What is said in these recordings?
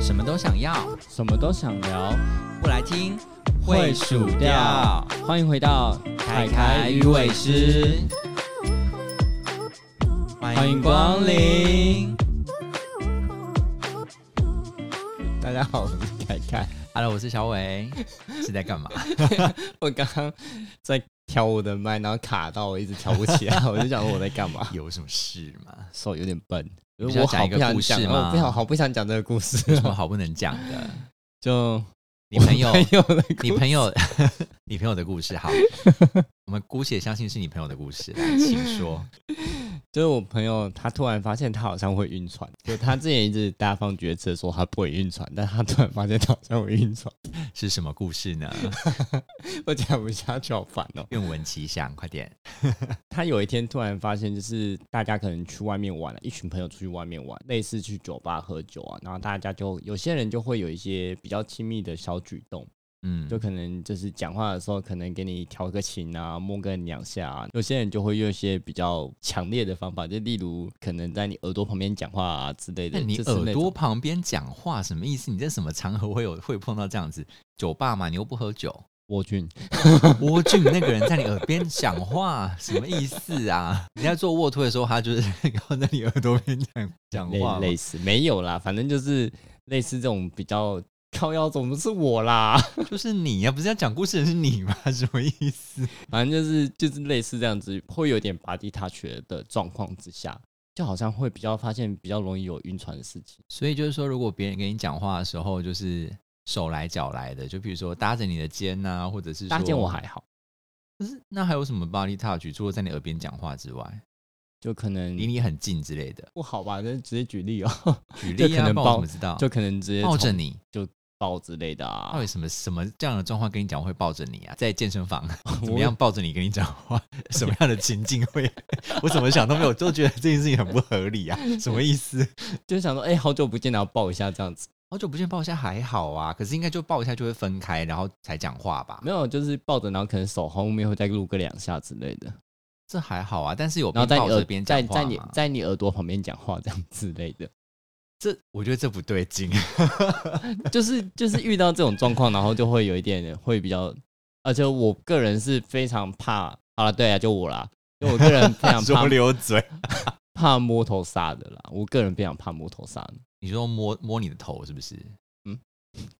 什么都想要，什么都想聊，不来听会数掉。欢迎回到凯凯鱼尾狮，欢迎光临。大家好，我是凯凯。 Hello，我是小 伟，是在干嘛？我刚刚在调我的麦，然后卡到我一直调不起 来，我就想说我在干嘛，有什么事吗？ 手有点笨。你想我讲好一个不想故事讲，吗我不想好不想讲这个故事有什哦，么好不能讲的？就你朋友我，朋友的故你朋友， 你朋友的故事， 好，我们姑且相信是你朋友的故事，来，请说。就是我朋友，他突然发现他好像会晕船，就他之前一直大放厥词地说他不会晕船，但他突然发现他好像会晕 船，是什么故事呢？我讲不下去，好烦哦、愿闻其详，快点。他有一天突然发现，就是大家可能去外面玩了，一群朋友出去外面玩，类似去酒吧喝酒啊，然后大家就有些人就会有一些比较亲密的小举动，嗯，就可能就是讲话的时候，可能给你调个情啊，摸个两下啊。有些人就会用一些比较强烈的方法，就例如可能在你耳朵旁边讲话啊之类那的。你就是耳那朵种旁边讲话什么意思？你在什么场合会有会碰到这样子？酒吧嘛，你又不喝酒，蜗菌，蜗居那个人在你耳边讲话，什么意思啊？ 你在做卧推的时候，他就是 靠在你耳朵边讲讲类话吗，类似没有啦，反正就是类似这种比较靠腰，总不是我啦，就是你啊呀、不是要讲故事的是你吗？什么意思？ 反正就是就是类似这样子，会有点拔地踏瘸的状况之下，就好像会比较发现比较容易有晕船的事情。所以就是说，如果别人跟你讲话的时候，就是手来脚来的，就比如说搭着你的肩呐、或者是说搭肩我还好，可是那还有什么 body touch？除了在你耳边讲话之外，就可能离你很近之类的，不好吧，那直接举例哦、举就例可啊，能不然我抱怎么知道？就可能直接抱着从你，抱之类的啊到。底什么什么这样的状况跟你讲话会抱着你啊？在健身 房怎么样抱着你跟你讲话？ 什么样的情境会？ 我怎么想都没有，都觉得这件事情很不合理 啊！什么意思？就是想说，哎、好久不见，然后抱一下这样子。好久不见抱一下还好啊，可是应该就抱一下就会分开，然后才讲话吧？没有，就是抱着，然后可能手后面会再撸个两下之类的，这还好啊，但是有然后边在抱你着耳边讲在话在你吗在你耳朵旁边讲话这样 之类的，这我觉得这不对劲。就是就是遇到这种状况，然后就会有一点会比较，而且我个人是非常怕，好了，对啊，就我啦，就我个人非常 说怕溜嘴，怕摸头杀的啦，我个人非常怕摸头杀的，你说摸摸你的头是不是？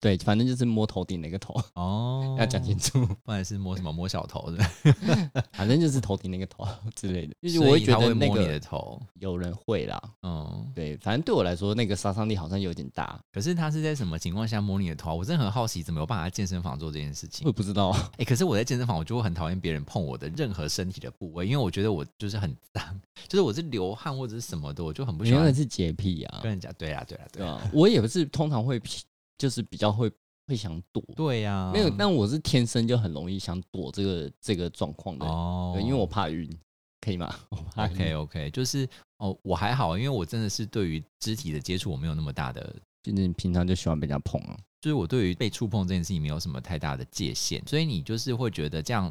对，反正就是摸头顶那个头，哦，要讲清楚， 楚，不然是摸什么摸小头的，反正就是头顶那个头之类的，就是所我会以觉他得那摸你的个头，有人会啦，嗯。对，反正对我来说，那个杀伤力好像有点大，可是他是在什么情况下摸你的头啊？我真的很好奇，怎么有办法在健身房做这件事情我也？不知道，哎、可是我在健身房，我就会很讨厌别人碰我的任何身体的部位，因为我觉得我就是很脏，就是我是流汗或者是什么的，我就很不你喜那欢个是洁癖啊，跟人家。对啊，对啊，对对啊，啊，我也不是通常会就是比较会会想躲，对呀。没有，但我是天生就很容易想躲这个这个状况的、哦对，因为我怕晕，可以吗？ 我怕晕 OK OK，就是哦，我还好，因为我真的是对于肢体的接触我没有那么大的，就是你平常就喜欢被人家碰啊，就是我对于被触碰这件事情没有什么太大的界限，所以你就是会觉得这样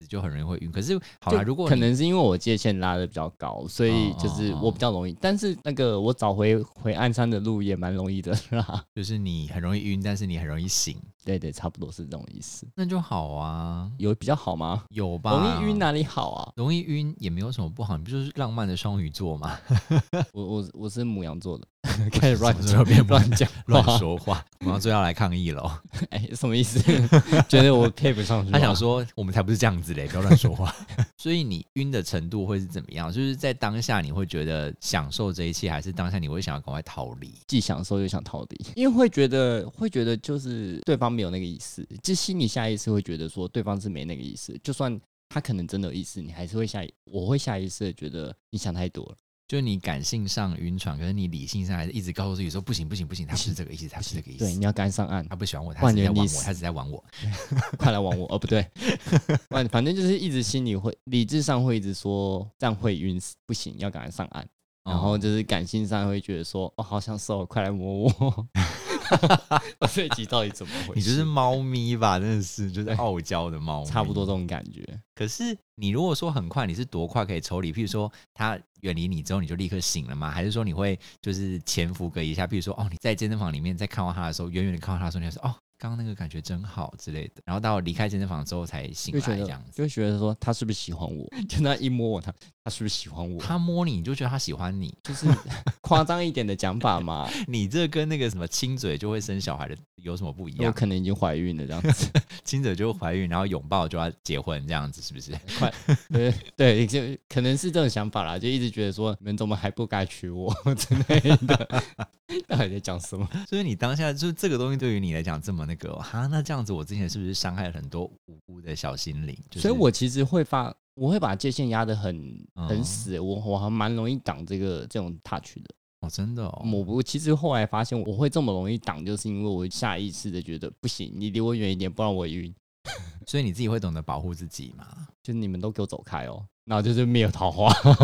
子就很容易会晕。可是好啦，就如果可你哦能是因为我界限拉的比较高，所以就是我比较容易，但是那个我找回回鞍山的路也蛮容易的啦。 就是你很容易晕，但是你很容易醒，对对，差不多是这种意思。那就好啊，有比较好吗？有吧？容易晕哪里好啊？ 容易晕也没有什么不好，你不就是浪漫的双鱼座吗？ 我我我是母羊座的，开始 乱什么时候讲变母羊乱讲乱话，说话，我们要最后来抗议了。 哎、什么意思？ 觉得我配不上啊是吧他想说，我们才不是这样子嘞，不要乱说话。 所以你晕的程度会是怎么样？就是在当下你会觉得享受这一切，还是当下你会想要赶快逃离？既享受又想逃离，因为会觉得会觉得就是对方没有那个意思，就心里下意识会觉得说对方是没那个意思，就算他可能真的有意思，你还是会下意我会下意识的觉得你想太多了，就是你感性上晕船，可是你理性上还是一直告诉自己说不行不行不行，他不是这个意思，他不是这个意对，思，你要赶上岸，他不喜欢我，他万是在人玩迷我，他是在玩我。快来玩我， 哦不对，反反正就是一直心里会理智上会一直说这样会晕死，不行，要赶快上岸。然后哦 哦就是感性上会觉得说，哦，好想瘦，快来摸我。 我这一集到底怎么回事？你就是猫咪吧？真的是，就是傲娇的猫咪，差不多这种感觉。可是你如果说很快，你是多快可以抽离？譬如说他远离你之后，你就立刻醒了吗？还是说你会就是潜伏个一下？譬如说哦，你在健身房里面在看到他的时候，远远的看到他的时候，你就说哦，刚刚那个感觉真好之类的。然后到离开健身房之后才醒就来觉这得样子。就觉得说他是不是喜欢 我？就那一摸我，他他是不是喜欢我？他摸你，你就觉得他喜欢你， 就是 夸张一点的讲法 嘛，你这跟那个什么亲嘴就会生小孩的有什么不一有样？可能已经怀孕了这样子。 亲嘴就会怀孕，然后拥抱就要结婚这样子，是不是？ 对对，就可能是这种想法啦，就一直觉得说你们怎么还不该娶我 之类的， 到底在讲什么？所以你当下就是这个东西对于你来讲这么那个哦哈、那这样子我之前是不是伤害了很多无辜的小心灵？就是、所以我其实会发，我会把界限压得很很嗯死，欸我我还蛮容易挡这个这种 touch 的。哦真的哦，我不，其实后来发现我会这么容易挡，就是因为我下意识的觉得不行，你离我远一点，不然我也晕。所以你自己会懂得保护自己嘛？就是你们都给我走开哦，然后就是没有桃花，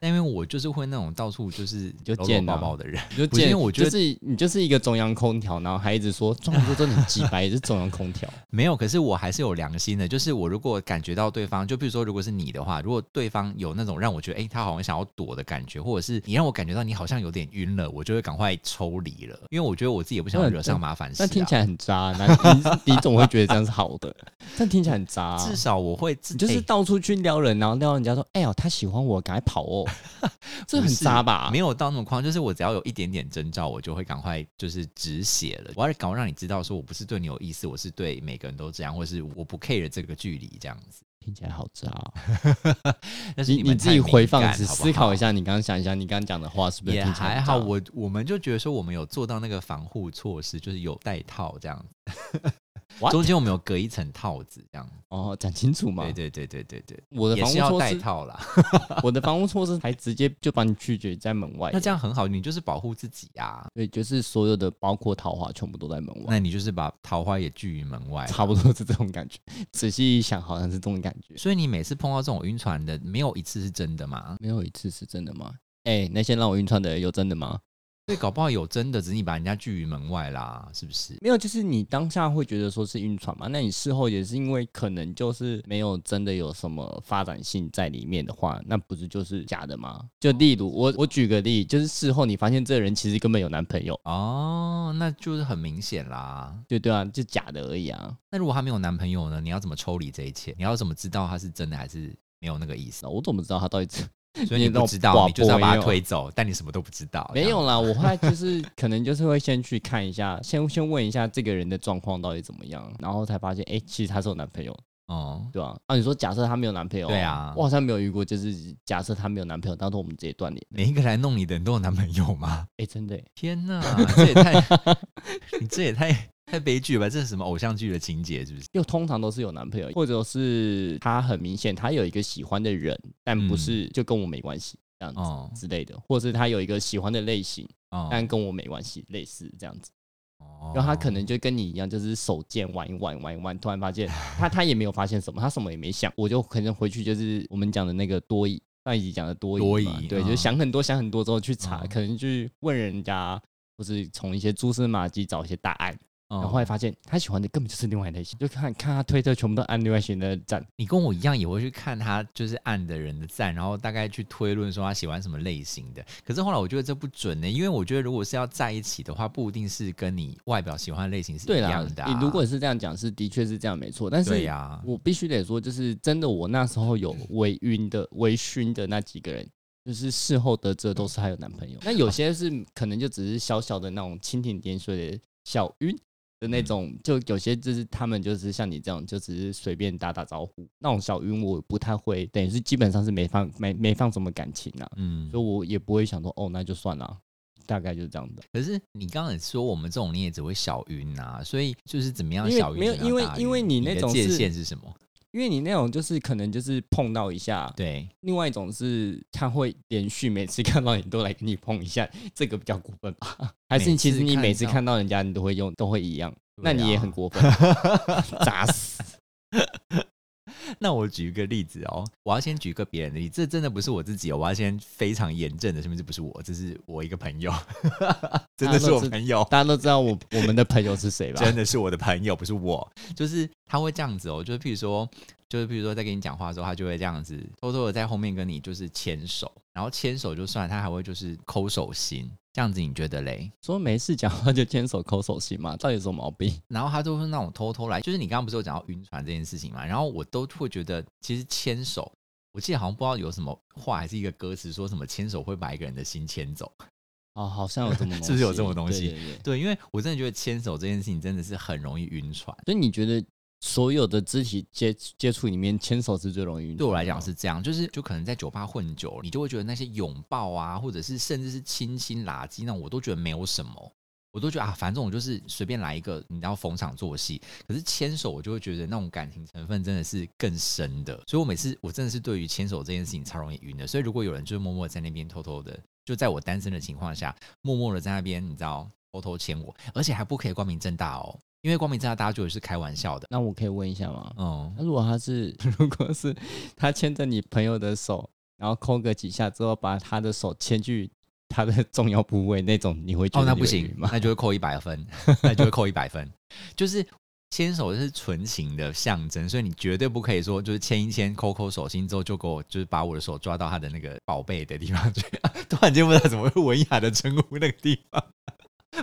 但因为我就是会那种到处就是就搂贱搂啊抱抱的人， 你就不是见因为我觉得就是你就是一个中央空调，然后还一直说中国真的很鸡白，也是中央 空调。没有，可是我还是有良心的。就是我如果感觉到对方，就比如说，如果是你的话，如果对方有那种让我觉得，哎、他好像想要躲的感觉，或者是你让我感觉到你好像有点晕了，我就会赶快抽离了，因为我觉得我自己也不想那惹上麻烦事、啊。那听起来很渣，那你 你总会觉得这样是好的，但听起来很渣、啊至少我会自哎你就是诶到处去撩人，然后撩人家说：“哎呦，他喜欢我，赶快 跑哦！”这很渣吧？没有，有到那么夸张，就是我只要有一点点征兆，我就会赶快就是止血了。我要赶快让你知道，说我不是对你有意思，我是对每个人都这样，或是我不 care 这个距离这样子。听起来好渣、哦。但是你们你自太己敏回放，感只好不思考好一下，你刚刚想一下，你刚刚讲的话是不是也听起来还很好，渣我我们就觉得说我们有做到那个防护措施，就是有戴套这样子 What？中间我们有隔一层套子这样。 哦，讲清楚嘛对。对对对对对，我的也防是护要措戴施，哎套啦。我的防护措施还直接就把你拒绝在门外。 那这样很好，你就是保护自己啊。对，就是所有的包括桃花全部都在门外，那你就是把桃花也拒于门外。差不多是这种感觉。仔细一想，好像是这种感觉。所以你每次碰到这种晕船的，没有一次是真的嘛？没有一次是真的吗？哎、那些让我晕船的人有真的吗？所以搞不好有真的，只是你把人家拒于门外啦，是不是？没有，就是你当下会觉得说是晕船嘛，那你事后也是因为可能就是没有真的有什么发展性在里面的话，那不是就是假的吗？就例如我我举个例，就是事后你发现这个人其实根本有男朋友，哦，那就是很明显啦。对对啊，就假的而已啊。那如果她没有男朋友呢？你要怎么抽离这一切？你要怎么知道她是真的还是没有那个意思？那我怎么知道他到底是所以你不知道，你就是要把他推走，但你什么都不知道。没有了，啦？我后来就是可能就是会先去看一下， 先先问一下这个人的状况到底怎么样，然后才发现，哎、其实他是有男朋友的。哦、对啊，啊，你说假设她没有男朋友，对啊我好像没有遇过，就是假设她没有男朋友，当时我们直接断联。每一个来弄你的人都有男朋友吗？哎、真的耶，天哪，这也 太，你这也太太悲剧了吧？这是什么偶像剧的情节？是不是？就通常都是有男朋友，或者是她很明显她有一个喜欢的人，但不是就跟我没关系这样子嗯哦之类的，或者是她有一个喜欢的类型，哦，但跟我没关系，类似这样子。哦然后她可能就跟你一样，就是手贱玩一玩玩一玩，突然发现她她也没有发现什么，她什么也没想，我就可能回去就是我们讲的那个多疑。上一集讲的多疑嘛，多疑对，嗯就是想很多想很多之后去查，嗯可能去问人家，或是从一些蛛丝马迹找一些答案，然后后哦来发现他喜欢的根本就是另外一类型，就看看他推特全部都按另外型的赞，你跟我一样也会去看他就是按的人的赞，然后大概去推论说他喜欢什么类型的。可是后来我觉得这不准呢、因为我觉得如果是要在一起的话，不一定是跟你外表喜欢的类型是对一啦样的、，啊。你如果是这样讲，是的确是这样没错，但对啊是呀、我必须得说，就是真的，我那时候有微晕的、微醺的那几个人，就是事后得知的都是她有男朋友。那有些 是可能就只是小小的那种蜻蜓点水的小晕的那种，就有些就是他们就是像你这样，就只是随便打打招呼那种小晕，我不太会，等于是基本上是没放没没放什么感情啊，嗯所以我也不会想说哦，那就算了，大概就是这样的。可是你刚刚也说我们这种你也只会小晕啊，所以就是怎么样因为小晕没有怎么样因为大因为晕你你那的种界是限是什么？因为你那种就是可能就是碰到一下，对，另外一种是他会连续每次看到你都来跟你碰一下，这个比较过分吧？还是每其次实你看每次到看到啊人家，你都会用，都会一样，那对你也啊很过分，砸死！那我举一个例子哦，我要先举一个别人的例子，这真的不是我自己哦，我要先非常严正的，甚至不是我，这是我一个朋友， 真的是我朋友， 大家都知道 我我们的朋友是谁吧？真的是我的朋友，不是我， 就是他会这样子哦，就是譬如说，就是譬如说在跟你讲话的时候，他就会这样子偷偷的在后面跟你就是牵手，然后牵手就算，他还会就是抠手心，这样子你觉得嘞？说没事讲话就牵手抠手心嘛，到底有什么毛病？然后他都是那种偷偷来，就是你刚刚不是有讲到晕船这件事情嘛，然后我都会觉得其实牵手。我记得好像不知道有什么话，还是一个歌词，说什么牵手会把一个人的心牵走。哦，好像有这么 东西是不是有这么东西对对对对，因为我真的觉得牵手这件事情真的是很容易晕船。所以你觉得所有的肢体接接触里面，牵手是最容易晕船的对吗？我来讲是这样，就是就可能在酒吧混久了，你就会觉得那些拥抱啊，或者是甚至是亲亲拉鸡那种，我都觉得没有什么。我都觉得啊，反正我就是随便来一个，你知道逢场作戏。可是牵手，我就会觉得那种感情成分真的是更深的。所以我每次我真的是对于牵手这件事情超容易晕的。所以如果有人就是默默在那边偷偷的，就在我单身的情况下，默默的在那边，你知道偷偷牵我，而且还不可以光明正大哦，因为光明正大大家觉得是开玩笑的。那我可以问一下吗？嗯，那如果他是， 如果是他牵着你朋友的手，然后抠个几下之后，把他的手牵去他的 重要部位那种，你会觉哦，得那你不会行晕，吗？ 那就会扣一百分， 那就会扣一百分。就是牵手是纯情的象征，所以你绝对不可以说就是牵一牵、抠抠手心之后就给我就是把我的手抓到他的那个宝贝的地方去。 突然间不知道怎么会文雅的称呼那个地方，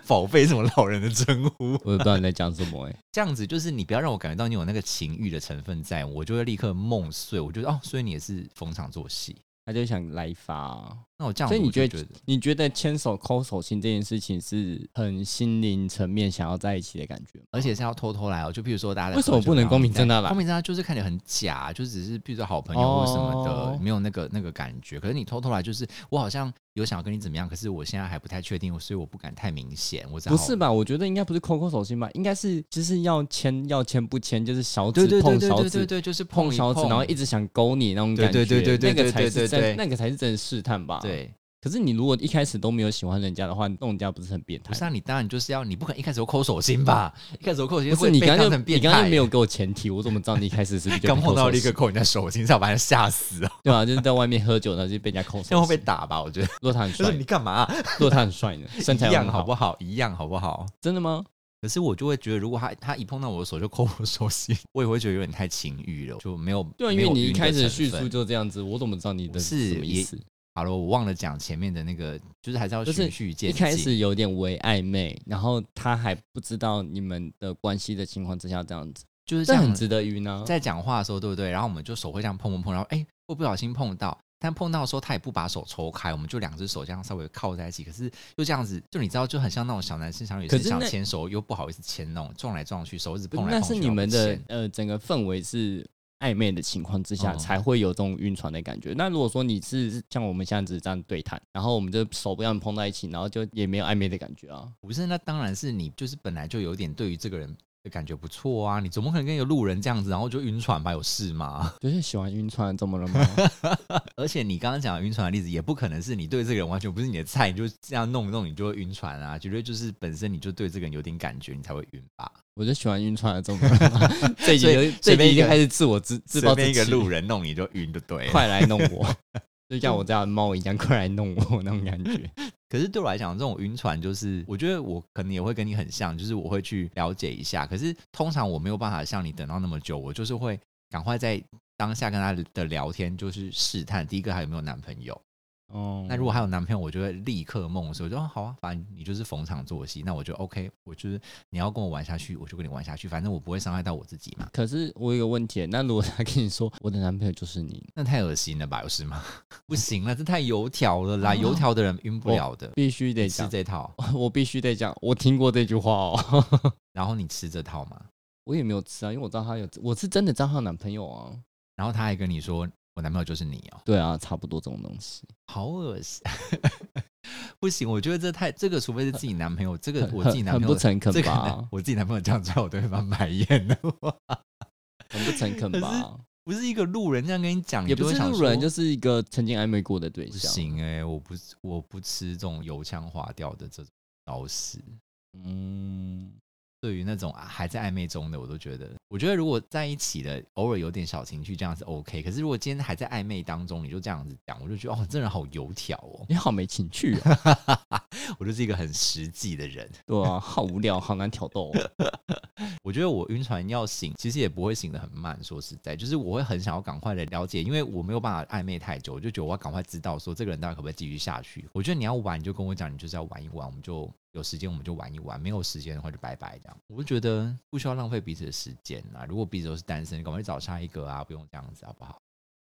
宝贝什么老人的称呼，我也不知道你在讲什么哎、这样子就是你不要让我感觉到你有那个情欲的成分在，我就会立刻梦碎。我觉得哦，所以你也是逢场作戏。他就想来一发啊、那我这样，所以你觉觉得你觉得牵手抠手心这件事情是很心灵层面想要在一起的感觉吗？而且是要偷偷来哦。就比如说大家在为什么喝酒不能然后光明你正在大来光明正大就是看起来很假，就只是比如说好朋友或什么的，哦没有那个那个感觉。可是你偷偷来，就是我好像有想要跟你怎么样，可是我现在还不太确定，所以我不敢太明显。我只好不是？吧？我觉得应该不是抠抠手心吧，应该是就是要牵要牵不牵，就是小对指对对碰对小对对指对，就是碰一小指，然后一直想勾你那种感觉，对对对对对那个才对对是真对那个才是真的试探吧？。对，可是你如果一开始都没有喜欢人家的话，弄人家不是很变态不？是、啊、你当然就是要，你不可能一开始就抠手心吧？一开始就抠手心不是会你被刚当刚就成你变刚刚态就没。有给我前提，我怎么知道你一开始是不是就被刚碰抠到手立刻心抠人家手心，上把人吓死 啊！对啊，就是在外面喝酒，然后就被人家抠这样手会被心。打吧？我觉得，若他很就是帅 你，干嘛？啊若他很帅 呢，身一材又样很好不好？一样好不好？真的吗？可是我就会觉得，如果他他一碰到我的手就抠我手心， 我也会觉得有点太情欲了，就没有对啊，因没为有你一晕的开始成叙述分就这样子，我怎么知道你的是什么意也思？好了，我忘了讲前面的那个，就是还是要就是循序渐一进。开始有点微暧昧，然后他还不知道你们的关系的情况之下这样子，就是这这样很子，值得晕啊。在讲话的时候，对不对？然后我们就手会这样碰碰碰，然后哎，会不小心碰到。但碰到的时候，他也不把手抽开，我们就两只手这样稍微靠在一起。可是就这样子，就你知道，就很像那种小男生、小女可生是想那牵手，又不好意思牵那种撞来撞去，手指不碰来碰去。那是你然后们不的牵呃整个氛围是暧昧的情况之下，嗯才会有这种晕船的感觉。那如果说你是像我们现在只是这样对谈，然后我们就手不要碰在一起，然后就也没有暧昧的感觉啊。不是，那当然是你就是本来就有点对于这个人的感觉不错啊，你怎么可能跟一个路人这样子，然后就晕船吧？有事吗？ 就是喜欢晕船，怎么了吗？ 而且你刚刚讲的晕船的例子，也不可能是你对这个人完全不是你的菜，你就这样弄一弄，你就会晕船啊，绝对就是本身你就对这个人有点感觉，你才会晕吧。我就喜欢晕船，怎么了吗？ 这一集就这随一便集一就个开始自我自自暴随自便弃，一个路人弄你就晕就对了。 快来弄 我，就像我家的猫一样，快来弄我那种感觉。可是对我来讲，这种晕船就是，我觉得我可能也会跟你很像，就是我会去了解一下。可是通常我没有办法像你等到那么久，我就是会赶快在当下跟他的聊天，就是试探第一个还有没有男朋友。哦那如果还有男朋友，我就会立刻梦碎，我就说、哦、好啊，反正你就是逢场作戏，那我就 OK，我就是你要跟我玩下去，我就跟你玩下去，反正我不会伤害到我自己嘛。可是我有个问题，那如果他跟你说我的男朋友就是你，那太恶心了吧，有事吗？ 不行了，这太油条了啦，油条的人晕不了的，必须得吃讲，这套， 我必须得讲，我听过这句话哦。 然后你吃这套嘛，我也没有吃啊，因为我知道他有，我是真的知道他有男朋友啊。然后他还跟你说我男朋友就是你 哦、对啊，差不多这种东西，好恶心， 不行，我觉得这太这个，除非是自己男 朋友，这个很我自己很男很朋不友。诚恳这个男 吧，我自己男朋友这样出来，我都会翻白眼的。我很不诚恳可吧，不是一个路人这样跟你 讲，也不你是就会想路人，说就是一个曾经暧昧过的对不象。行哎、我不我不吃这种油腔滑调的这种招式。嗯，对于那种啊还在暧昧中的，我都觉得，我觉得如果在一起的，偶尔有点小情绪，这样是 OK。可是如果今天还在暧昧当中，你就这样子讲，我就觉得哦，这人好油条哦， 你好没情趣哦，我就是一个很实际的人。 对啊，好无聊，好难挑逗、哦。 我觉得我晕船要醒，其实也不会醒得很慢。说实在，就是我会很想要赶快的了解，因为我没有办法暧昧太久，我就觉得我要赶快知道说这个人到底可不可以继续下去。我觉得你要玩，你就跟我讲，你就是要玩一玩，我们就有时间我们就玩一玩，没有时间的话就拜拜这样。我就觉得不需要浪费彼此的时间啊。如果彼此都是单身，赶快去找下一个啊，不用这样子好不好？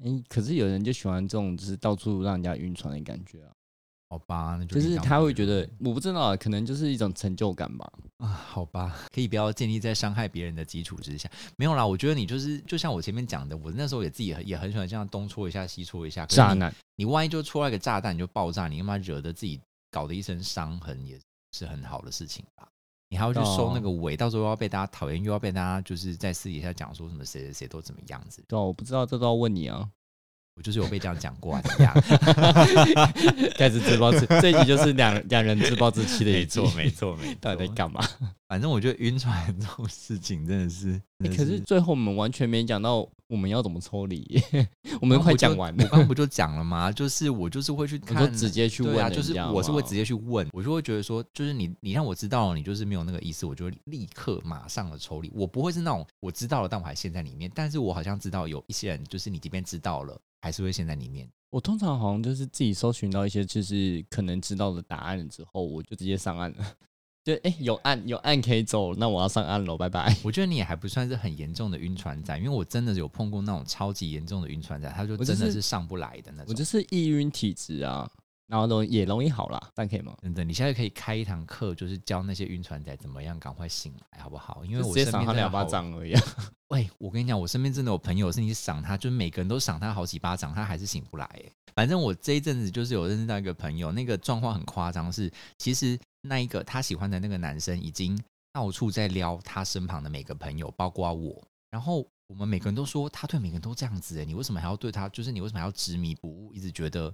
嗯，可是有人就喜欢这种就是到处让人家晕船的感觉啊，好吧，那就就是另当他会别觉得论我不知道啊，可能就是一种成就感吧。啊，好吧，可以不要建立在伤害别人的基础之下。没有啦，我觉得你就是就像我前面讲的，我那时候也自己很也很喜欢这样东戳一下西戳一下，可是渣你男，你万一就戳了个炸弹，你就爆炸，你他妈惹得自己搞得一身伤痕，也是很好的事情吧？你还要去收那个尾，到时候又要被大家讨厌，又要被大家就是在私底下讲说什么谁谁谁都怎么样子。对啊，我不知道，这都要问你啊。 我就是有被这样讲过啊，怎么样？开始自暴自，这一集就是两两人自暴自弃 的一集。错 没 到底在干嘛、反正我觉得晕船 这种事情真的是，欸真的可是最后我们完全没讲到我们要怎么抽离， 啊我刚们都不快就讲完我了，刚不就讲了吗？就是我就是会去 我看，就直接去问对啊，人家就是我是会直接接去问，我就会觉得说，就是你你让我知道了你就是没有那个意思，我就立刻马上的抽离。我不会是那种我知道了，但我还陷在里面。但是我好像知道有一些人，就是你即便知道了，还是会陷在里面。我通常好像就是自己搜寻到一些就是可能知道的答案之后，我就直接上岸了。 就哎、欸有岸有岸可以走，那我要上岸喽，拜拜。我觉得你也还不算是很严重的晕船仔，因为我真的有碰过那种超级严重的晕船仔，他就我就真的是是上不来的那我种。就是易晕体质啊，然后容也容易好啦，这样可以吗？真的，你现在可以开一堂课，就是教那些晕船仔怎么样赶快醒来，好不好？因为就我直接身赏边他真的两巴好掌而已、啊。喂、哎我跟你讲，我身边真的有朋友是你赏他，就是每个人都赏他好几巴掌，他还是醒不来。哎，反正我这一阵子就是有认识到一个朋友，那个状况很夸张，是其实那一个他喜欢的那个男生已经到处在撩他身旁的每个朋友，包括我。然后我们每个人都说他对每个人都这样子，哎，你为什么还要对他？就是你为什么还要执迷不悟，一直觉得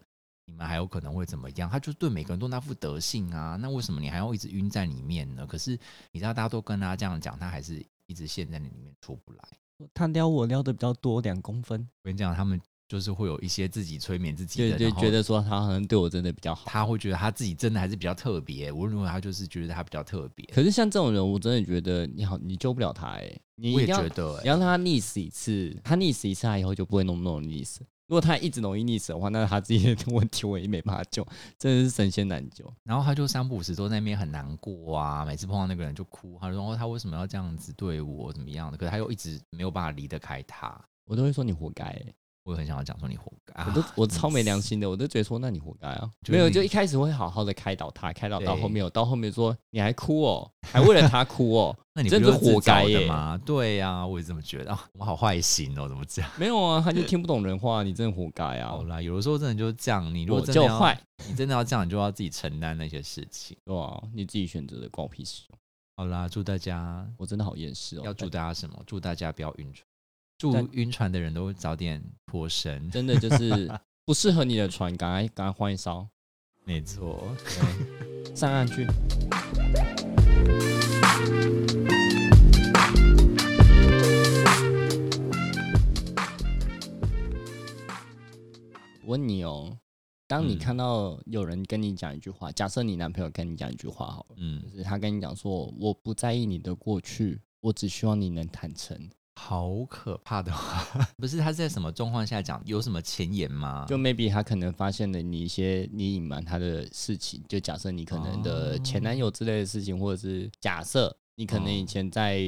你们还有可能会怎么样？他就对每个人都那副德性啊，那为什么你还要一直晕在里面呢？可是你知道，大家都跟他这样讲，他还是一直陷在里面出不来。 他撩我撩的比较多，两公分，我跟你讲，他们就是会有一些自己催眠自己就的，就然后觉得说他好像对我真的比较好。他会觉得他自己真的还是比较特别。无论如何，他就是觉得他比较特别。可是像这种人，我真的觉得你好，你救不了他哎、你我一也定要觉得、你欸，让他溺死一次，他溺死一次，他以后就不会那么容易溺死。如果他一直容易溺死的话，那他自己的问题我也没办法救， 真的是神仙难救。然后他就三不五时都在那边很难过啊，每次碰到那个人就哭，他就说、哦、他为什么要这样子对我，怎么样的？可是他又一直没有办法离得开他。我都会说你活该、欸，我也很想要讲说你活该，啊我都我真的超没是良心的，我都觉得说那你活该啊。就是没有，你就一开始会好好的开导他，开导到对后面，我到后面说你还哭哦，还为了他哭哦， 那你不真就是活自找该的耶吗？对呀、我也这么觉得。啊我们好坏心哦，怎么这样？没有啊，他就听不懂人话，你真的活该啊好，啦，有的时候真的哦就是这样。你如果我真的就要坏，，你真的要这样，你就要自己承担那些事情。对啊，你自己选择的，关我屁事。好啦，祝大家我真的好厌世哦，要祝但大家什么？祝大家不要晕船，祝但晕船的人都早点脱身。真的就是不适合你的船，赶快赶快换一艘，没错。上岸去。我问你哦，当你嗯看到有人跟你讲一句话，假设你男朋友跟你讲一句话好了，嗯就，是他跟你讲说：“我不在意你的过去，我只希望你能坦诚。”好可怕的话， 不是他是在什么状况下讲？有什么前言吗？就 maybe 他可能发现了你一些你隐瞒他的事情，就假设你可能的前男友之类的事情，或者是假设你可能以前在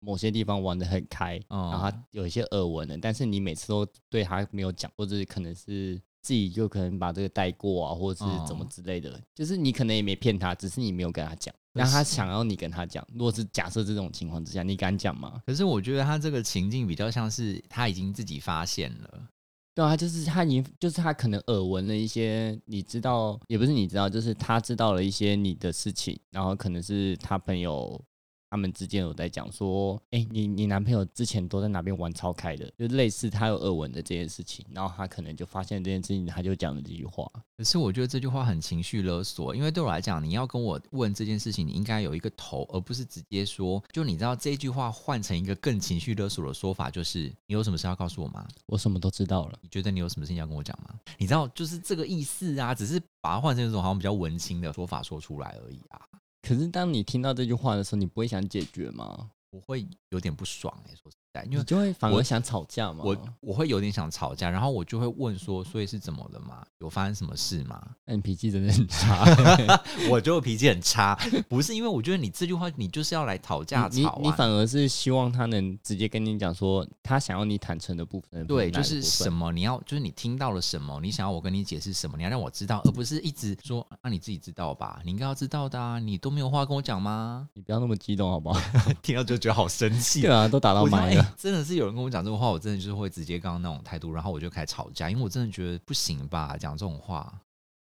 某些地方玩的很开，哦然后他有一些耳闻的，但是你每次都对他没有讲，或者是可能是自己就可能把这个带过啊，或者是怎么哦之类的，就是你可能也没骗他，只是你没有跟他讲。可那他是想要你跟他讲，如果是假设这种情况之下，你敢讲吗？可是我觉得他这个情境比较像是他已经自己发现了，对啊，就是他已经，就是他可能耳闻了一些，你知道，也不是你知道，就是他知道了一些你的事情，然后可能是他朋友他们之间有在讲说，哎、你你男朋友之前都在哪边玩超开的，就类似他有耳闻的这件事情，然后他可能就发现这件事情，他就讲了这句话。可是我觉得这句话很情绪勒索，因为对我来讲，你要跟我问这件事情，你应该有一个头，而不是直接说。就你知道这句话换成一个更情绪勒索的说法，就是你有什么事要告诉我吗？我什么都知道了，你觉得你有什么事情要跟我讲吗？你知道就是这个意思啊，只是把它换成一种好像比较文青的说法说出来而已啊。可是当你听到这句话的时候，你不会想解决吗？我会有点不爽哎、说实在，因你为就会反我而想吵架吗？我我会有点想吵架，然后我就会问说，所以是怎么了嘛？有发生什么事吗？那你脾气真的很差， 我就脾气很 差，不是因为我觉得你这句话你就是要来讨价你吵你啊。你反而是希望他能直接跟你讲说，他想要你坦诚的部分，对，就是什么？么你要，就是你听到了什么，你想要我跟你解释什么，你要让我知道，而不是一直说啊你自己知道吧，你应该要知道的啊，你都没有话跟我讲吗？ 你不要那么激动好不好？听到就觉得好生气对啊，都打到我就麦哎了。真的是有人跟我讲这种话，我真的就是会直接刚刚那种态度，然后我就开始吵架，因为我真的觉得不行吧，讲这种话。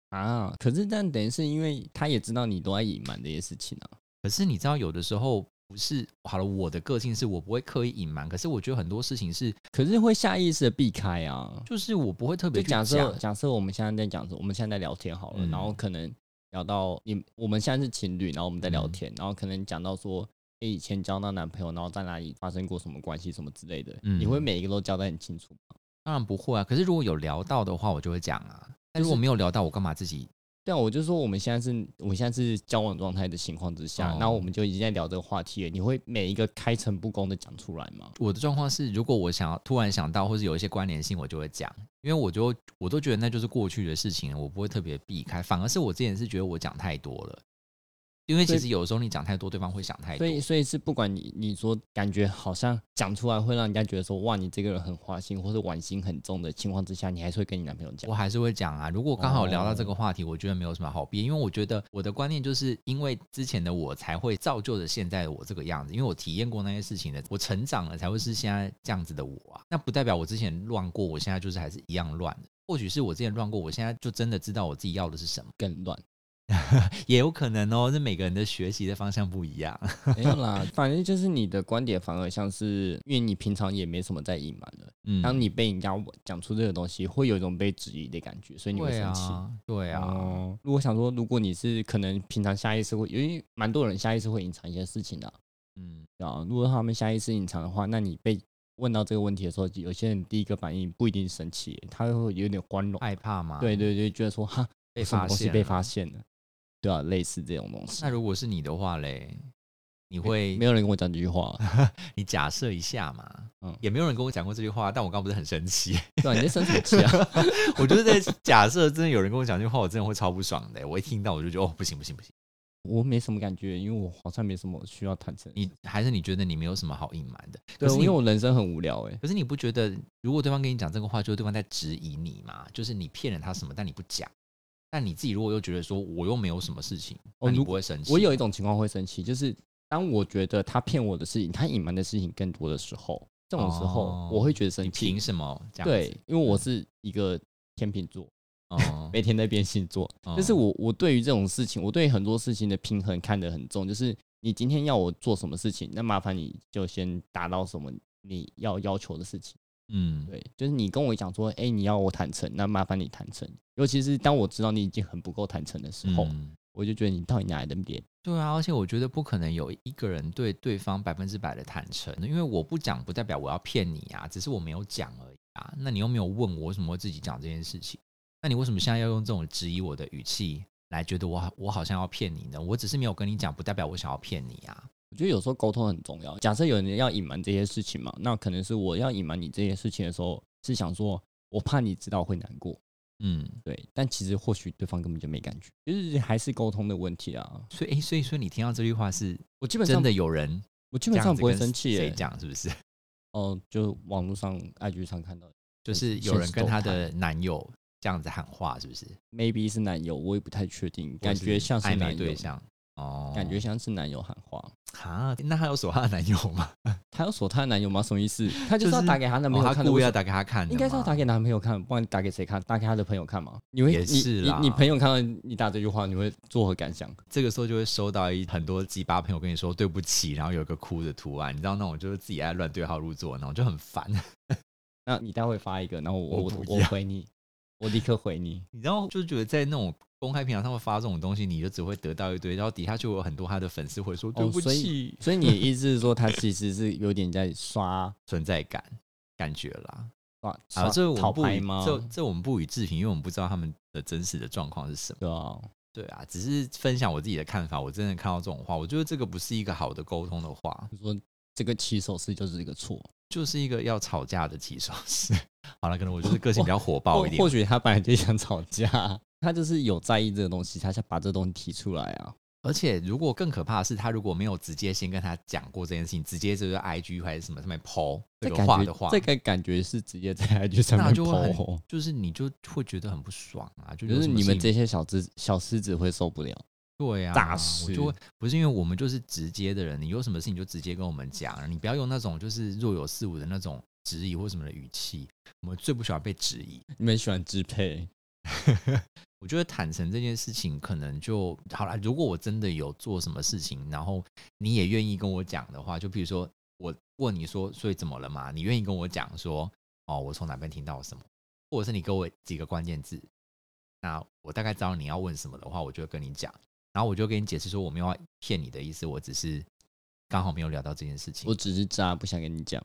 哎啊，可是但等于是因为他也知道你都在隐瞒这些事情啊，可是你知道，有的时候不是好了，我的个性是我不会刻意隐瞒，可是我觉得很多事情是，可是会下意识的避开啊。就是我不会特别就去讲假。设假设我们现在在讲说，我们现在在聊天好了，嗯然后可能聊到你，我们现在是情侣，然后我们在嗯聊天，然后可能讲到说，诶、以前交到男朋友，然后在哪里发生过什么关系什么之类的，嗯你会每一个都交代很清楚吗？当然不会啊，可是如果有聊到的话，我就会讲啊。但如果没有聊到，我干嘛自己？对啊，我就说我们现在是，我们现在是交往状态的情况之下，哦然后我们就已经在聊这个话题了，你会每一个开诚布公的讲出来吗？我的状况是，如果我想要突然想到，或是有一些关联性，我就会讲，因为我就我都觉得那就是过去的事情，我不会特别避开。反而是我之前是觉得我讲太多了，因为其对实有时候你讲太多，对方会想太所多。以，所以是不管你你说感觉好像讲出来会让人家觉得说哇，你这个人很花心或者玩心很重的情况之下，你还是会跟你男朋友讲我。还是会讲啊。如果刚好聊到这哦个话题，我觉得没有什么好避，因为我觉得我的观念就是因为之前的我才会造就着现在的我这个样子，因为我体验过那些事情的，我成长了才会是现在这样子的我啊。那不代表我之前乱过，我现在就是还是一样乱的。或许是我之前乱过，我现在就真的知道我自己要的是什么，更乱，也有可能哦。这每个人的学习的方向不一样， 没有 啦，反正就是你的观点反而像是，因为你平常也没什么在隐瞒的，嗯，当你被人家讲出这个东西，会有一种被质疑的感觉，所以你会对生气。啊，对啊，哦，如果想说，如果你是可能平常下意识会，因为蛮多人下意识会隐藏一些事情的啊、嗯，对啊，如果他们下意识隐藏的话，那你被问到这个问题的时候，有些人第一个反应不一定生气，他会有点宽容。害怕吗？对，对对，觉得说哈，被什么发东西现，被发。现了，对啊，类似这种东西那。如果是你的话嘞，你会没有人跟我讲这句 话，你假设一下嘛，嗯也没有人跟我讲过这句话，但我刚刚不是很生气， 对啊，你在生什么气啊？ 我就是在假设真的有人跟我讲这句话，我真的会超不爽的。我一听到我就觉得哦，不行不行不行，我没什么感觉，因为我好像没什么需要坦诚。你还是你觉得你没有什么好隐瞒的，对，可是因你为我人生很无聊哎。可是你不觉得如果对方跟你讲这个话，就是对方在质疑你嘛？就是你骗了他什么，但你不讲，但你自己如果又觉得说我又没有什么事情，哦那你如不会生气？我有一种情况会生气，就是当我觉得他骗我的事情，他隐瞒的事情更多的时候，这种时哦候我会觉得你生气凭。什么这样对子？，嗯因为我是一个天秤座，哦，每天在变星座，嗯就是我我对于这种事情，我对很多事情的平衡看得很重，就是你今天要我做什么事情，那麻烦你就先达到什么你要要求的事情。嗯，对，就是你跟我讲说，哎、你要我坦诚，那麻烦你坦诚。尤其是当我知道你已经很不够坦诚的时候，嗯我就觉得你到底哪来的脸？对啊，而且我觉得不可能有一个人对对方百分之百的坦诚，因为我不讲不代表我要骗你啊，只是我没有讲而已啊。那你又没有问我，为什么会自己讲这件事情？那你为什么现在要用这种质疑我的语气来觉得我好我好像要骗你呢？我只是没有跟你讲，不代表我想要骗你啊。我觉得有时候沟通很重要。假设有人要隐瞒这些事情嘛，那可能是我要隐瞒你这些事情的时候，是想说我怕你知道会难过，嗯，对。但其实或许对方根本就没感觉，就是还是沟通的问题啊。所以、诶所以所以你听到这句话是我基本上真的有人我基这本样上子不会跟生气谁耶。讲是不 是？哦，就网络上、IG 上看到嗯就是有人跟她的男友这样子喊话是不是？ ，maybe 是男友，我也不太确定，感或觉是像是暧昧男友对象，哦，感觉像是男友喊话。哈，那她有锁她的男友 吗？她要锁她的男友吗？什么 意思？她就是就要是打给她男朋友哦她看的，故意为什要么打给他看的吗，应该是要打给男朋友看，不然打给谁看？打给他的朋友看吗？你会也你是你啦你朋友看到你打这句话，你会作何感想？这个时候就会收到一很多鸡巴朋友跟你说对不起，然后有一个哭的图案，你知道那种就是自己爱乱对号入座那种，就很烦。 那你待会发一个，然后我我我不我要回你，我立刻回你。你知道，就觉得在那种公开平台上面发这种东西，你就只会得到一堆，然后底下就有很多他的粉丝会说对不哦所起以，所以你的意思是说，他其实是有点在刷存在感感觉啦。刷啊，刷这我讨们不拍予吗？这这我们不予置评，因为我们不知道他们的真实的状况是什么。对啊，对啊，只是分享我自己的看法。我真的看到这种话，我觉得这个不是一个好的沟通的话，就说这个起手式就是一个错，就是一个要吵架的起手式。好了，可能我就是个性比较火爆或一点或，许他本来就想吵架，他就是有在意这个东西，他想把这东西提出来啊。而且如果更可怕的是，他如果没有直接先跟他讲过这件事情，直接就是 I G 还是什么上面 PO 这个感话觉的话，这个感觉是直接在 IG 上那面就会很 po，就是你就会觉得很不爽啊，就就有是什么你们事情这些小狮小狮子会受不了。对啊，大我师就会不是因为我们就是直接的人，你有什么事情就直接跟我们讲，啊你不要用那种就是若有似无的那种质疑或什么的语气，我们最不喜欢被质疑。你们喜欢支配， 我觉得坦诚这件事情可能就好了。如果我真的有做什么事情，然后你也愿意跟我讲的话，就比如说我问你说，所以怎么了嘛？你愿意跟我讲说，哦，我从哪边听到什么，或者是你给我几个关键字，那我大概知道你要问什么的话，我就会跟你讲，然后我就跟你解释说我没有要骗你的意思，我只是刚好没有聊到这件事情。我只是渣，不想跟你讲。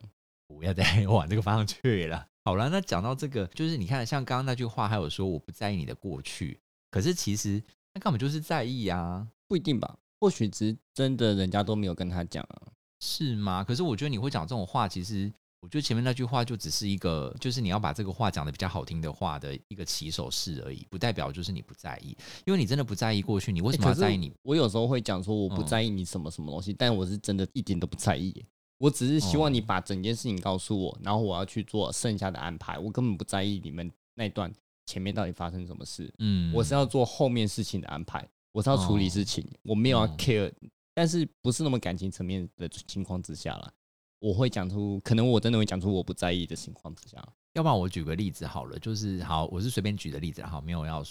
不要再往这个方向去了。 好了，那讲到这个，就是你看，像刚刚那句话，还有说我不在意你的过去，可是其实那根本就是在意啊，不一定吧？或许只是真的人家都没有跟他讲啊。是吗？可是我觉得你会讲这种话，其实我觉得前面那句话就只是一个，就是你要把这个话讲的比较好听的话的一个起手式而已，不代表就是你不在意，因为你真的不在意过去，你为为什么要在意你？哎我有时候会讲说我不嗯在意你什么什么东西，但我是真的一点都不在意耶。我只是希望哦你把整件事情告诉我，然后我要去做剩下的安排。我根本不在意你们那段前面到底发生什么事，嗯，我是要做后面事情的安排，我是要处理事情，我没有要嗯 care，但是不是那么感情层面的情况之下啦，我会讲出，可能我真的会讲出我不在意的情况之下。要不然我举个例子好了，就是好，我是随便举的例子啦，好，没有要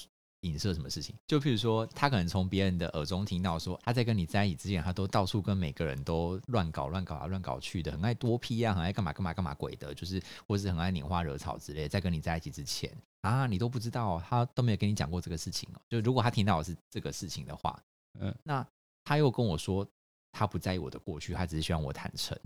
影射什么事情。就譬如说，他可能从别人的耳中听到说，他在跟你在一起之前，他都到处跟每个人都乱搞、乱搞啊、乱搞去的，很爱多批啊，很爱干嘛干嘛干嘛鬼的，就是或是很爱拈花惹草之类的。在跟你在一起之前啊，你都不知道，他都没有跟你讲过这个事情哦。就如果他听到的是这个事情的话，嗯嗯，那他又跟我说他不在意我的过去，他只是希望我坦诚。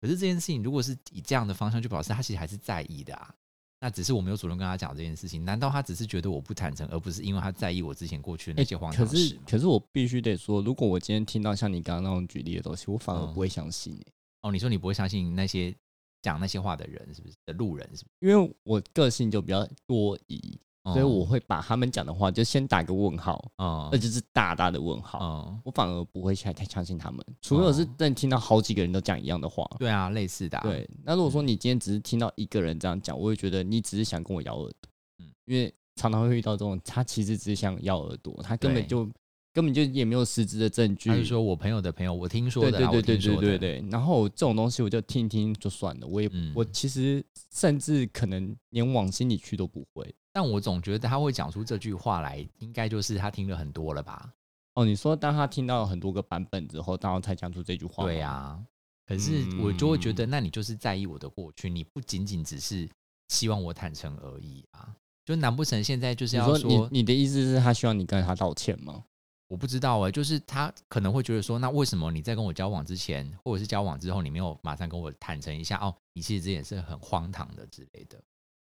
可是这件事情如果是以这样的方向，就表示他其实还是在意的啊。那只是我没有主动跟他讲这件事情，难道他只是觉得我不坦诚，而不是因为他在意我之前过去的那欸些荒可唐事是吗？可是我必须得说，如果我今天听到像你刚刚那种举例的东西，我反而嗯不会相信、欸哦，你说你不会相信那些讲那些话的人，是不是的路人？是不是？因为我个性就比较多疑，所以嗯我会把他们讲的话就先打个问号，嗯那就是大大的问号。嗯，我反而不会太太相信他们，除非我是哦真的听到好几个人都讲一样的话。对啊，类似的、啊，对，那如果说你今天只是听到一个人这样讲，我会觉得你只是想跟我咬耳朵，嗯因为常常会遇到这种，他其实只是想咬耳朵，他根本对就根本就也没有实质的证据。他是说我朋友的朋友，我听说对的对啦，对对我听对说对的，对。然后这种东西我就听一听就算了，我也、嗯我其实甚至可能连往心里去都不会。但我总觉得他会讲出这句话来，应该就是他听了很多了吧？哦，你说当他听到很多个版本之后，然后才讲出这句话，对呀、啊呀，可是我就会觉嗯得，那你就是在意我的过去，你不仅仅只是希望我坦诚而已啊！就难不成现在就是你要说你你的意思是他希望你跟他道歉吗？我不知道哎、就是他可能会觉得说，那为什么你在跟我交往之前，或者是交往之后，你没有马上跟我坦诚一下哦？你其实这也是很荒唐的之类的。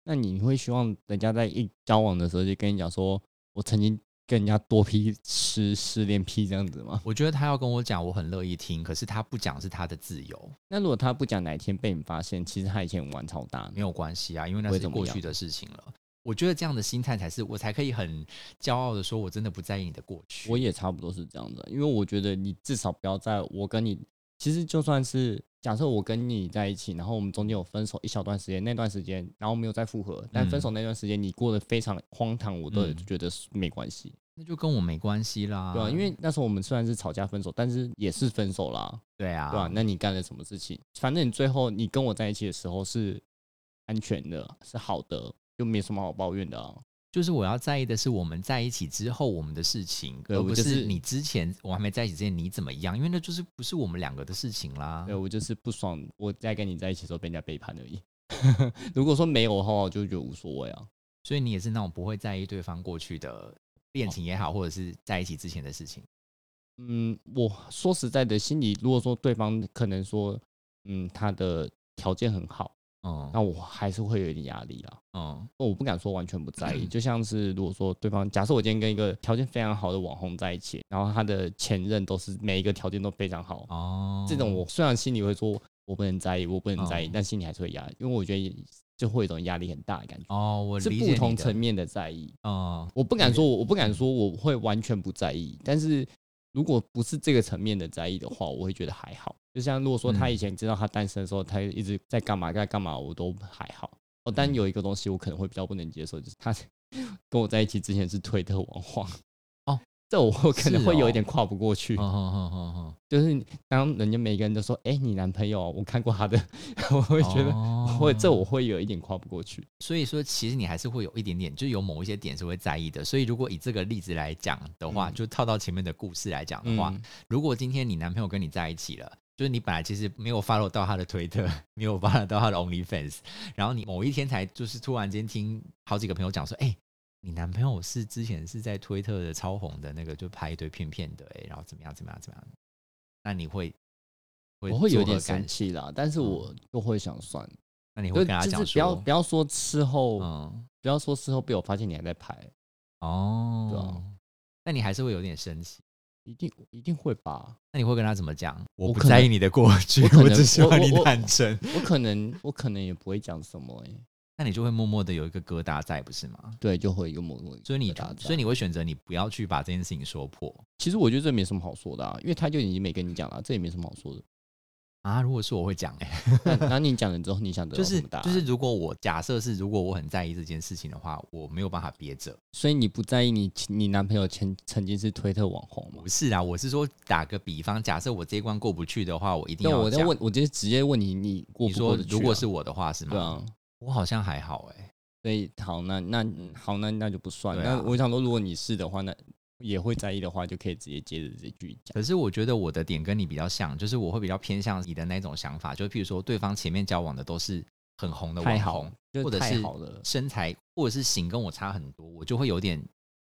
那你会希望人家在一交往的时候就跟你讲说，我曾经跟人家多批失失恋批这样子吗？我觉得他要跟我讲，我很乐意听，可是他不讲是他的自由，那如果他不讲，哪一天被你发现，其实他以前玩超大没，有关系啊，因为那不会是怎么过样去的事情了。我觉得这样的心态才是我才可以很骄傲的说，我真的不在意你的过去。我也差不多是这样的，因为我觉得你至少不要在我跟你，其实就算是假设我跟你在一起，然后我们中间有分手一小段时间，那段时间然后没有再复合，但分手那段时间你过得非常荒唐，我都嗯觉得是没关系。那就跟我没关系啦。对啊，因为那时候我们虽然是吵架分手，但是也是分手啦，对啊，对吧、那你干了什么事情？反正你最后你跟我在一起的时候是安全的，是好的，就没什么好抱怨的啊。就是我要在意的是我们在一起之后我们的事情，对而不我就是是你之前我还没在一起之前你怎么样，因为那就是不是我们两个的事情啦对。我就是不爽，我在跟你在一起的时候被人家背叛而已。 如果说没有的话，我就觉得无所谓啊。所以你也是那种不会在意对方过去的哦恋情也好，或者是在一起之前的事情。嗯，我说实在的，心里如果说对方可能说，嗯，他的条件很好，那嗯我还是会有一点压力啦。嗯我不敢说完全不在意，就像是如果说对方，假设我今天跟一个条件非常好的网红在一起，然后他的前任都是每一个条件都非常好，哦，这种我虽然心里会说我不能在意，我不能在意，哦但心里还是会压，因为我觉得就会有一种压力很大的感觉，哦，我是理解不你同的层面的在意。嗯我不敢说，我不敢说我会完全不在意，但是如果不是这个层面的在意的话，我会觉得还好。就像如果说他嗯以前知道他单身的时候，他一直在干嘛在干嘛，我都还好。哦，但嗯有一个东西我可能会比较不能接受，就是他 跟我在一起之前是推特网红。哦，这我可能是会有哦一点跨不过去。嗯嗯嗯嗯嗯，就是当人家每个人都说：“哎、你男朋友，我看过他的。”我会觉得，哦我这我会有一点跨不过去。所以说，其实你还是会有一点点，就是有某一些点是会在意的。所以，如果以这个例子来讲的话，嗯就套到前面的故事来讲的话，嗯，如果今天你男朋友跟你在一起了，就是你本来其实没有 follow 到他的推特，没有 follow 到他的 OnlyFans，然后你某一天才就是突然间听好几个朋友讲说，哎、你男朋友是之前是在推特的超红的那个，就拍一堆片片的、哎，然后怎么样怎么样怎么样，那你会会我会有作点何感生，气啦，但是我就会想算了，那嗯你就会跟他就讲是不要说不，要说事后，嗯，不要说事后被我发现你还在拍，哦，对啊那你还是会有点生气。一定一定会吧。那你会跟他怎么讲？我我不可在能意你的过去，我可能只希望我你我坦诚。我可能我可能也不会讲什么、欸，那你就会默默的有一个疙瘩在，不是吗？对，就会一个默默的疙瘩所在。以你所以你会选择你不要去把这件事情说破其实我觉得这没什么好说的啊，因为他就已经没跟你讲了，这也没什么好说的。啊？如果是我会讲、欸，那那你讲了之后，你想得到就什是么答案？就是，如果我假设是如果我很在意这件事情的话，我没有办法憋着。所以你不在意你你男朋友曾曾经是推特网红吗不？是啊，我是说打个比方，假设我这一关过不去的话，我一定那要我在讲问，我直接直接问你，你过你不过说得去啊、如果是我的话是吗？对啊，我好像还好哎、所以好，那那嗯好，那那就不算。对啊那我想说，如果你是的话，那也会在意的话，就可以直接接着这句讲。可是我觉得我的点跟你比较像，就是我会比较偏向你的那种想法，就是譬如说对方前面交往的都是很红的太网好红，，就或是者太是好了。身材或者是型跟我差很多，我就会有点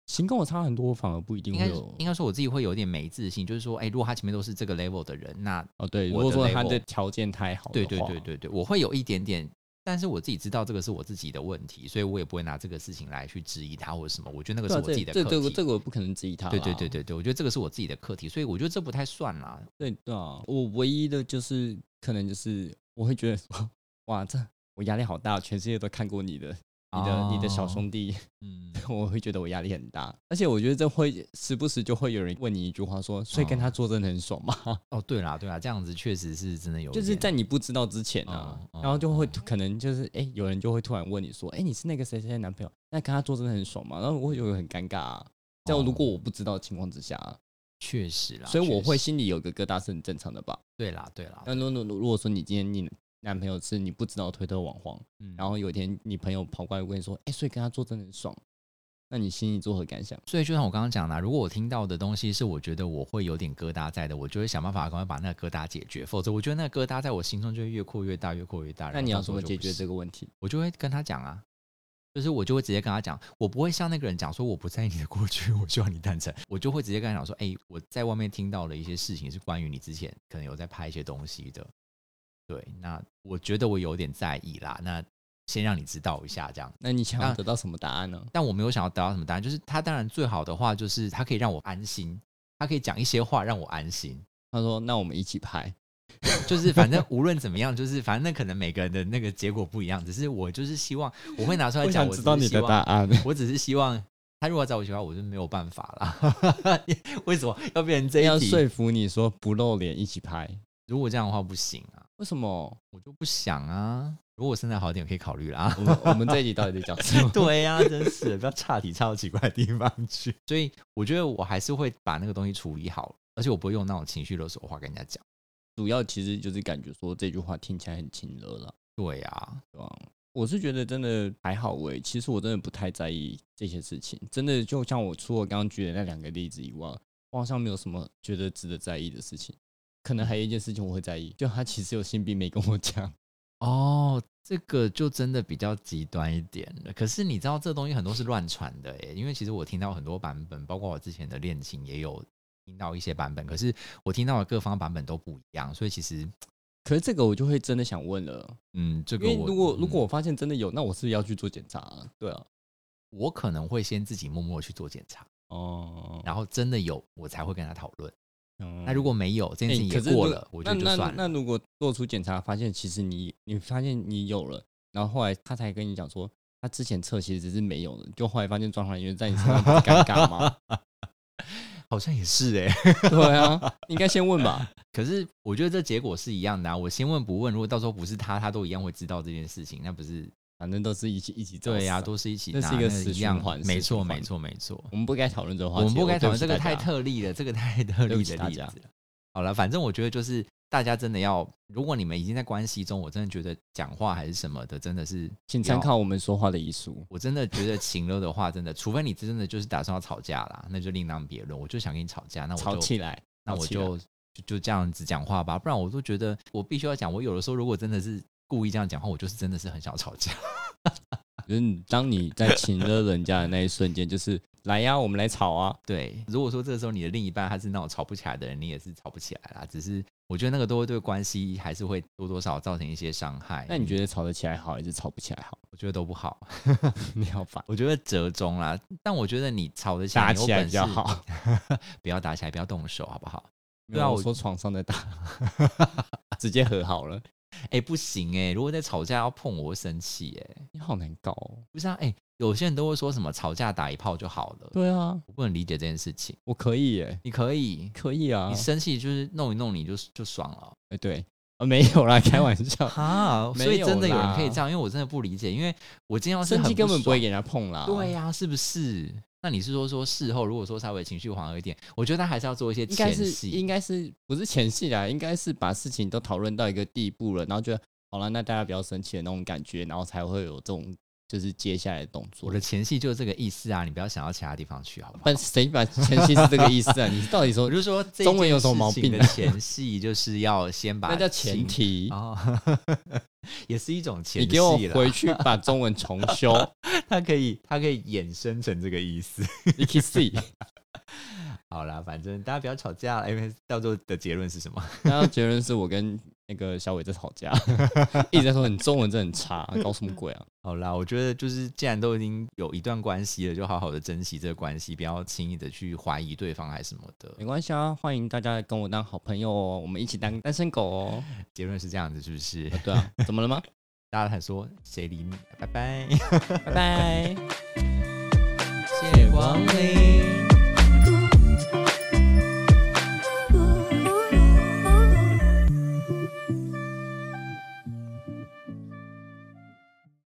型跟我差很多，我反而不一定应会该有应。该说我自己会有点没自信，就是说，哎、如果他前面都是这个 level 的人，那哦，对，如我果的说他 level 的条件太好的对话，对对对对，我会有一点点，但是我自己知道这个是我自己的问题，所以我也不会拿这个事情来去质疑他或者什么。我觉得那个对是啊，我自己的这课这个题这。个啊我不可能质疑他啦。对对对对对，我觉得这个是我自己的课题，所以我觉得这不太算啦。对对啊！我唯一的就是可能就是我会觉得说，哇，这我压力好大，全世界都看过你的，你的、你的小哦，兄弟， 嗯，我会觉得我压力很大，而且我觉得这会时不时就会有人问你一句话说，所以跟哦他做真的很爽吗？ 哦，对啦对啦，这样子确实是真的有一就点，是在你不知道之前啊，哦然后就会哦突可能就是哎、有人就会突然问你说，哎、你是那个谁谁谁的男朋友，那跟他做真的很爽吗？然后我会觉得很尴尬、啊。这样哦如果我不知道的情况之下啊，确实啦，所以我确会呃实心里有个疙瘩是很正常的吧？对啦对啦，但如果如果说你今天你男朋友是你不知道推特网红，嗯然后有一天你朋友跑过来问你说，哎、所以跟他做真的很爽，那你心里作何感想？所以就像我刚刚讲的啊，如果我听到的东西是我觉得我会有点疙瘩在的，我就会想办法赶快把那个疙瘩解决，否则我觉得那个疙瘩在我心中就会越扩越大，越扩越大。那你要然后到时怎候么就解不决行这个问 题？我就会跟他讲啊，就是我就会直接跟他讲，我不会像那个人讲说我不在意你的过去，我希望你坦诚，我就会直接跟他讲说，哎、我在外面听到了一些事情是关于你之前可能有在拍一些东西的，对，那我觉得我有点在意啦，那先让你知道一下这样。那你想啊要得到什么答案呢？但我没有想要得到什么答案。就是他当然最好的话，就是他可以让我安心，他可以讲一些话让我安心。他说，那我们一起拍。就是反正无论怎么样，就是反正那可能每个人的那个结果不一样，只是我就是希望我会拿出来我讲。想我知道只你是希的望答 案。我只是希望他如果要找我喜欢，我就没有办法啦。 为什么要变成这要样？说服你说不露脸一起拍，如果这样的话不行啊，为什么？我就不想啊。如果身材好一点，可以考虑啦。？我们我们这一集到底在讲什 么对呀、真是的不要岔题岔到奇怪的地方去。 所以我觉得我还是会把那个东西处理好，而且我不会用那种情绪勒索的话跟人家讲。主要其实就是感觉说这句话听起来很轻柔了，对呀、啊，对吧？我是觉得真的还好喂、其实我真的不太在意这些事情，真的就像我除了刚刚举的那两个例子以外，我好像没有什么觉得值得在意的事情。可能还有一件事情我会在意，就他其实有性病没跟我讲，哦，这个就真的比较极端一点了。可是你知道，这东西很多是乱传的诶，因为其实我听到很多版本，包括我之前的恋情也有听到一些版本，可是我听到的各方版本都不一样，所以其实，可是这个我就会真的想问了，嗯，这因个为我如果嗯如果我发现真的有，那我是不是要去做检查啊、对啊，我可能会先自己默默地去做检查，哦，然后真的有我才会跟他讨论。那那如果没有这件事情欸可也是如过了，我觉得就那那算了。那如果做出检查发现，其实你你发现你有了，然后后来他才跟你讲说，他之前测其实是没有的，就后来发现装环员在你身上，不是尴尬吗？ 好像也是哎、对啊，应该先问吧。可是我觉得这结果是一样的啊。我先问不问，如果到时候不是他，他都一样会知道这件事情，那不是反正都是一起一起对呀、呀、都是一起这拿，啊是一个那死一循样环没死错，循没环错，没错。我们不该讨论这个我话题，们不该讨论对这个起大太家特例了，这个太特对不例起的大例子家了。好了，反正我觉得就是大家真的要，如果你们已经在关系中，我真的觉得讲话还是什么的，真的是请不要参考我们说话的艺术。我真的觉得情了的话，真的，除非你真的就是打算要吵架啦，那就另当别论。我就想跟你吵架，那我就吵起来，那我吵起来就就就这样子讲话吧，不然我都觉得我必须要讲。我有的时候如果真的是故意这样讲话，我就是真的是很想吵架。 就是你当你在请了人家的那一瞬间，就是来呀、我们来吵啊，对，如果说这个时候你的另一半他是那种吵不起来的人，你也是吵不起来啦。只是我觉得那个都会对关系还是会多多少少造成一些伤害。那你觉得吵得起来好还是吵不起来好？ 我觉得都不好， 你好烦，我觉得折中啦。但我觉得你吵得起来，打你有起来本比较事好。。 不要打起来，不要动手，好不好？对对啊啊，我我说床上在打，直接和好了。哎、不行哎、如果在吵架要碰我，会生气哎、你好难搞哦。不是啊，哎、有些人都会说什么吵架打一炮就好了，对啊，我不能理解这件事情。我可以耶，你可以，可以啊你。生气就是弄一弄你就就爽了。哎，对，啊，没有啦，开玩 笑。 哈，没所以有真的有人啦可以这样，因为我真的不理解，因为我今天要是生很气根本哦不啊爽会给人家碰啦。对、呀、是不是？那你是说说事后如果说稍微情绪缓和一点，我觉得他还是要做一些应该前是戏应。该是不是前戏啦？应该是把事情都讨论到一个地步了，然后觉得好了，那大家不要生气的那种感觉，然后才会有这种就是接下来的动我作的。前戏就是这个意思啊，你不要想到其他地方去，好不好？但谁把前戏是这个意思啊？你到底我 说就说这中文件有什么事毛情病的啊前戏就是要先 把那叫前情提？哦， 也是一种前你戏给我啦回去把中文重 修。它可以它可以衍生成这个意思。你可以 see。好啦，反正大家不要吵架了，因为到最后的结论是什么？那结论是我跟那个小伟在吵架，一直在说你中文真的很差，搞什么鬼啊？ 好啦，我觉得就是既然都已经有一段关系了，就好好的珍惜这个关系，不要轻易的去怀疑对方还是什么的。没关系啊，欢迎大家跟我当好朋友哦，我们一起当单身狗哦。结论是这样子，是不是？ 啊对啊，怎么了吗？大家还说谁理你？拜拜，拜拜。谢谢光临。